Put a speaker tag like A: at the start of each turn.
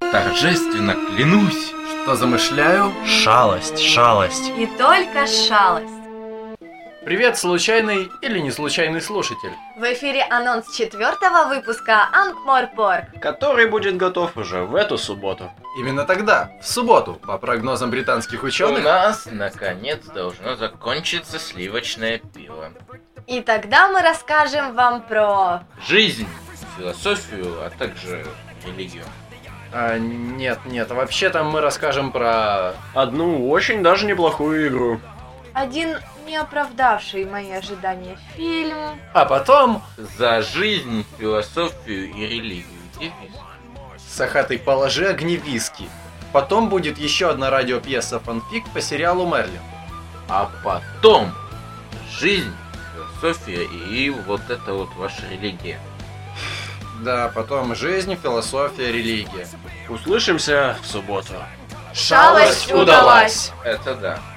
A: торжественно клянусь,
B: Что замышляю?
C: Шалость, шалость.
D: И только шалость.
B: Привет, случайный или не случайный слушатель.
D: В эфире анонс четвертого выпуска Ангморпорг.
C: Который будет готов уже в эту субботу.
B: Именно тогда, в субботу, по прогнозам британских
A: у
B: ученых,
A: нас наконец должно закончиться сливочное пиво.
D: И тогда мы расскажем вам про...
A: Жизнь, философию, а также религию.
B: А, нет, нет, вообще-то мы расскажем про...
C: Одну очень даже неплохую игру.
D: Один не оправдавший мои ожидания фильм.
B: А потом
A: За жизнь, философию и религию. Девиз.
B: Сахатый положи огневиски. Потом будет еще одна радиопьеса фанфик по сериалу Мерлин.
A: А потом жизнь, философия и вот это вот ваша религия.
B: Да, потом жизнь, философия, религия.
C: Услышимся в субботу.
D: Шалость удалась.
A: Это да.